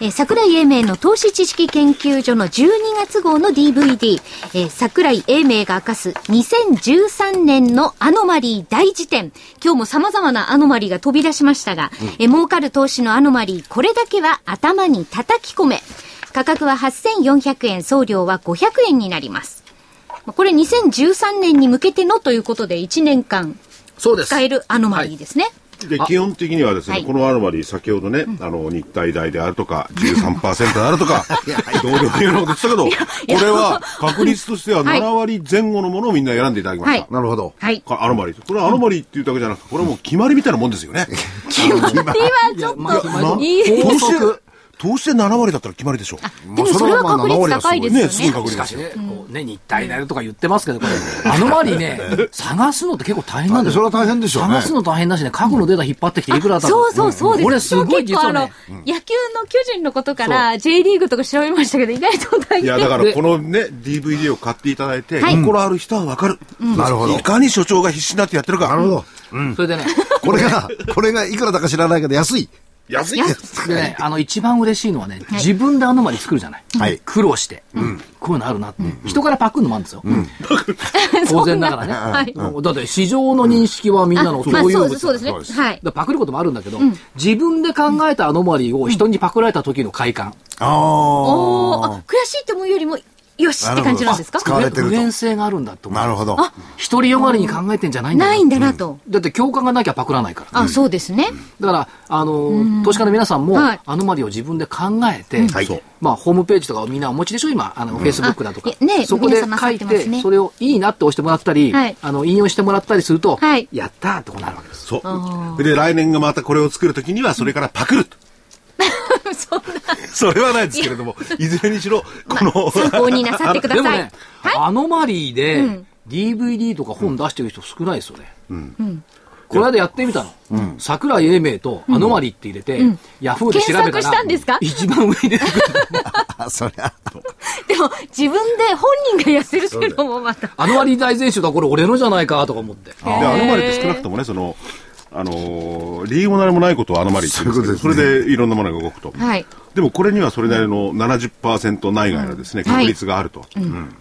えー桜井英明の投資知識研究所の12月号の DVD、えー桜井英明が明かす2013年のアノマリー大辞典。今日も様々なアノマリーが飛び出しましたが、えー儲かる投資のアノマリー、これだけは頭に叩き込め。価格は8400円、送料は500円になります。まあこれ2013年に向けてのということで1年間そうです。使えるアノマリーですね。で基本的にはですね、はいこのアロマリー先ほどね、あの日体大であるとか13%であると か同僚のようなこと言ってたけどこれは確率としてははい7割前後のものをみんな選んでいただきました、はいなるほど。はい。かアロマリーこれはアロマリーっていうだけじゃなくてこれはもう決まりみたいなもんですよ ねではちょっまあと、ないい投資法則で投資で7割だったら決まりでしょうでもそれは確率高いですよねね。すごい確し率かでしすよね、こうね、日体大とか言ってますけど、これ、アノマリー ね、探すのって結構大変なんだよ。それは大変でしょうね探すの大変だしね、過去のデータ引っ張ってきていくらだそうそうそうです。これすごい私実も結構はあのね、、野球の巨人のことから J リーグとか調べましたけど、意外と大い変。やだかでらこのね DVD を買っていただいて、はい心ある人はわかる、なるほどいかに所長が必死になってやってるかなるほど。それでね、これが、これがいくらだか知らないけど安い。安いでね、あの、一番嬉しいのはね、自分でアノマリー作るじゃないはい。苦労して。こういうのあるなって。人からパクるのもあるんですよ。 当然だからね。はいうんだって市場の認識はみんなのまあ共有そう物ですそうですね。はい。だからパクることもあるんだけど、自分で考えたアノマリーを人にパクられた時の快感。あおーあ、悔しいって思うよりも、よしって感じなんですかなるほどあ使われてると不便性があるんだとあ。思うなるほど。一人よがりに考えてんじゃないんだなないんだなと。だって共感がなきゃパクらないから。あ、そうですね。だから、あのー投資家の皆さんも、はいアノマリーを自分で考えて、はいそうまあ、ホームページとかをみんなお持ちでしょ今、あの、フェイスブックだとかあ。ねそこで皆様書さいれてますねて、それをいいなって押してもらったり、はいあの、引用してもらったりすると、はいやったーってこうなるわけです。そうで来年がまたこれを作るときにはそれからパクるとそんな。それはないですけれどもいずれにしろこの、参考になさってくだでも さい。ね、アノマリーで、DVD とか本出してる人少ないですよね。この間やってみたの。桜井英明とアノマリーって入れて、ヤフーで調べたら、検索したんですか一番上に出てくる。あ、そりゃ。でも、自分で本人がやってるっていうのもまた。アノマリー大全集だ、これ俺のじゃないかとか思って。でアノマリって少なくともねそのあのー理由も何もないことをアノマリって言うんですけそうどいうことですねそれでいろんなものが動くと、はい。でもこれにはそれなりの70%内外のですね、確率があると、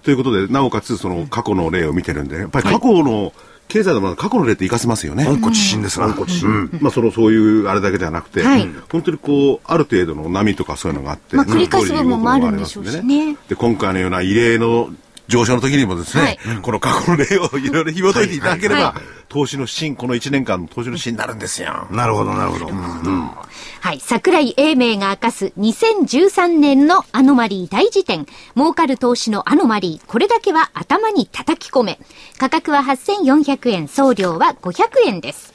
ということでなおかつその過去の例を見てるんでねやっぱり過去の、経済のものは過去の例って活かせますよね。温故知新ですな。温故知新。まあ、そのそういうあれだけじゃなくて、はい本当にこうある程度の波とかそういうのがあって、まあ繰り返す通に動くのがり部分もますであるんでしょうしねで今回のような異例の上昇の時にもですね、はいこの過去の例をいろいろ紐解いていただければ、はいはい投資の芯この1年間の投資の芯になるんですよ。なるほど、なるほど。はい。桜井英明が明かす2013年のアノマリー大辞典。儲かる投資のアノマリー。これだけは頭に叩き込め。価格は8400円。送料は500円です。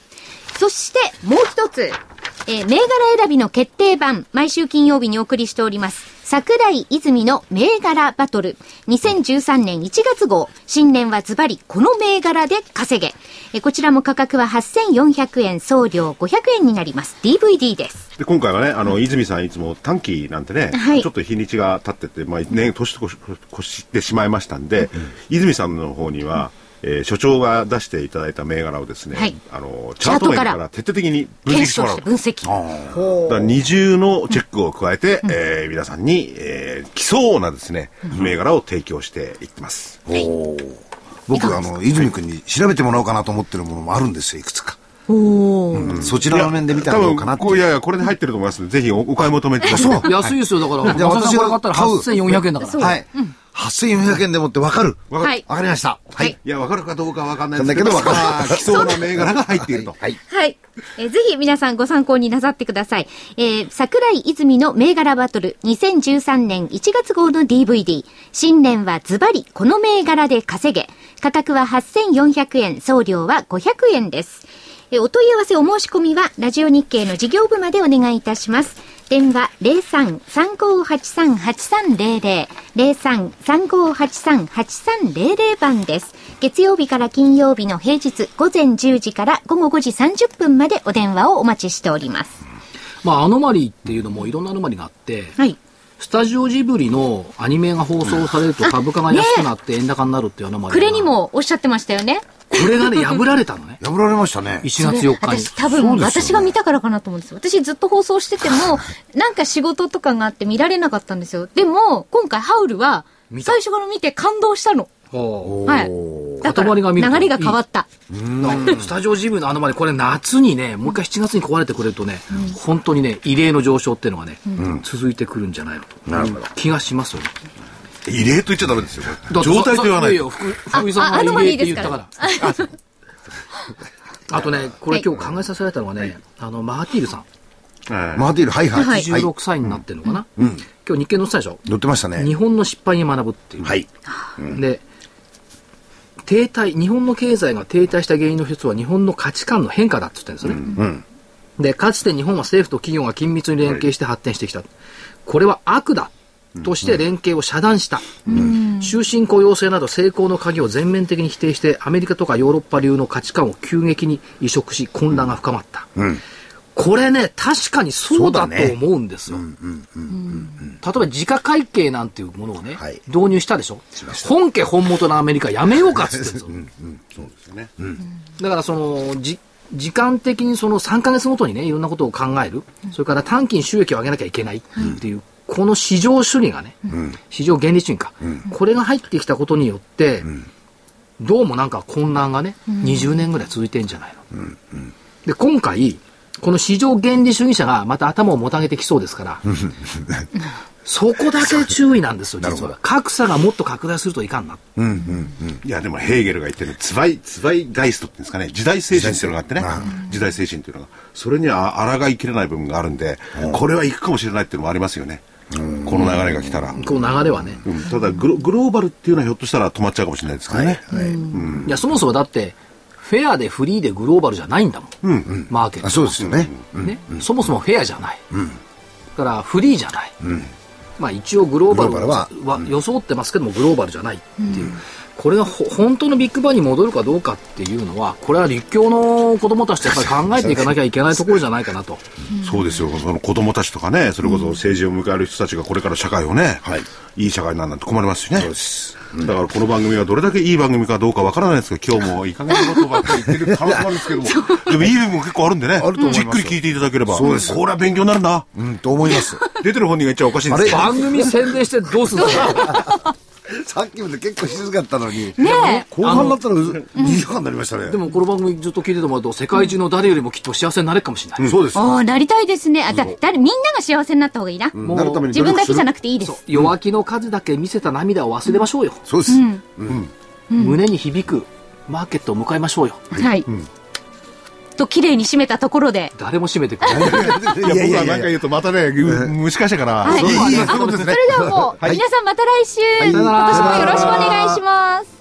そして、もう一つ。えー銘柄選びの決定版、毎週金曜日にお送りしております。桜井泉の銘柄バトル。2013年1月号。新年はズバリ、この銘柄で稼げ。えーこちらも価格は8400円、送料500円になります。DVD です。で今回はねあの、泉さんいつも短期なんてね、はいちょっと日にちが経ってて、まあ、年年と越し越してしまいましたんで、泉さんの方にはえー、所長が出していただいた銘柄をですね、はいあのチャートチャート面かからら徹底的に分析検しても証しらうてと分析。だから二重のチェックを加えて、えー皆さんに、えー、来そうなですね、銘柄を提供していってます。僕、あの、泉君に調べてもらおうかなと思ってるものもあるんですよ、いくつか。うんそちらの面で見たらどうかなっ多て分こういいう。やいや、これで入ってると思いますので、ぜひおお買い求めください。 安いですよ、だ から。じゃあ松井さんこれ私が買ったら買う8400円だから。はい。8400円でもってわかる。わはいかりました。はいい。いや、わかるかどうかわかんないなんですだけけどど、わかるまあ来そうな銘柄が入っていると。はい。はい。えーぜひ皆さんご参考になさってください。えー桜井泉の銘柄バトル2013年1月号の DVD。新年はズバリこの銘柄で稼げ。価格は8400円、送料は500円です。えーお問い合わせお申し込みは、ラジオ日経の事業部までお願いいたします。電話03-3583-8300、03-3583-8300番です。月曜日から金曜日の平日午前10時から午後5時30分までお電話をお待ちしております。まあ、アノマリーっていうのもいろんなアノマリーがあって、はい。スタジオジブリのアニメが放送されると株価が安くなって円高になるっていうアノマリー暮が。れにもおっしゃってましたよね。これがね、破られたのね。破られましたね。 1月4日に。私多分、私が見たからかなと思うんですよ。私ずっと放送してても、 なんか仕事とかがあって見られなかったんですよ。でも、今回ハウルは、見た最初から見て感動したの。ほはい。だから、塊が見ると流れが変わった。うだからスタジオジブリのアノマリー、これ夏にね、もう一回7月に壊れてくれるとね、本当にね、異例の上昇っていうのがね、続いてくるんじゃないのと。なるほど。気がしますよね。異例と言っちゃダメですよ、だって状態と言わないやや福福井さんああアノがマ異例って言リーですっかたらから。 あとね、これ今日考えさせられたのはね、あの、マハティールさん。はいマーティール、はいはい。はい86歳になってるのかな、今日日経載ってたでしょ乗ってましたね。日本の失敗に学ぶっていう、はい。で停滞日本の経済が停滞した原因の一つは日本の価値観の変化だって言ってるんですよね、でかつて日本は政府と企業が緊密に連携して発展してきた、これは悪だとして連携を遮断した、終身雇用制など成功の鍵を全面的に否定してアメリカとかヨーロッパ流の価値観を急激に移植し混乱が深まった、これね確かにそうだと思うんですよ、例えば自家会計なんていうものをね、はい導入したでしょ本家本元のアメリカやめようかっつってんですよ、だからそのじ時間的にその3ヶ月ごとにねいろんなことを考える、それから短期に収益を上げなきゃいけないっていう、この市場主義がね、市場原理主義か、これが入ってきたことによって、どうもなんか混乱がね、20年ぐらい続いてんじゃないの。で今回この市場原理主義者がまた頭をもたげてきそうですから、そこだけ注意 なんですよ、実は。格差がもっと拡大するといかんな。いや、でもヘーゲルが言ってる、ツバイ、ツバイガイストっていうんですかね、時代精神っていうのがあってね、時代精神っていうのが、それには抗いきれない部分があるんで、これはいくかもしれないっていうのもありますよね、この流れが来たら。この流れはね。うんただグロ、グローバルっていうのはひょっとしたら止まっちゃうかもしれないですけどね。いや、そもそもだって、フェアでフリーでグローバルじゃないんだもん。マーケットあは。そうですよね。ね、そもそもフェアじゃない、だからフリーじゃない、まあ、一応グローバルグローバは装ってますけどもグローバルじゃないっていう、これがほ本当のビッグバンに戻るかどうかっていうのはこれは立教の子供たちとやっぱり考えていかなきゃいけないところじゃないかなとそうですよ、その子供たちとかね、それこそ政治を迎える人たちがこれから社会をね、い、い社会にならなんて困りますしね。だからこの番組がどれだけいい番組かどうかわからないですけど、今日もいい加減なことばっかり言ってる可能性もあるんですけ ども、でもいい部分も結構あるんでとね、思いますじっよくり聞いていただければ、そうですこれは勉強になるな。うん、と思います。出てる本人が言っちゃおかしいんですけど番組宣伝してどうするんだ ろう さっきまで結構静かだったのに。ねえ。後半になったら2時間になりましたねで。もこの番組ずっと聞いててもらうと世界中の誰よりもきっと幸せになれるかもしれない、そうです。おーなりたいですね。あ、だ、誰、みんなが幸せになった方がいいな。なるために自努分力だすけるじゃなくていいです。弱気の数だけ見せた涙を忘れましょうよ、そうです。胸に響くマーケットを迎えましょうよはい。と、綺麗に締めたところで。誰も締めてくれないいや、僕は何か言うとまたね、蒸し返したから、はいそういいそういうことですそねれ。ではもう、皆さんまた来週、い今年もよろしくお願いします。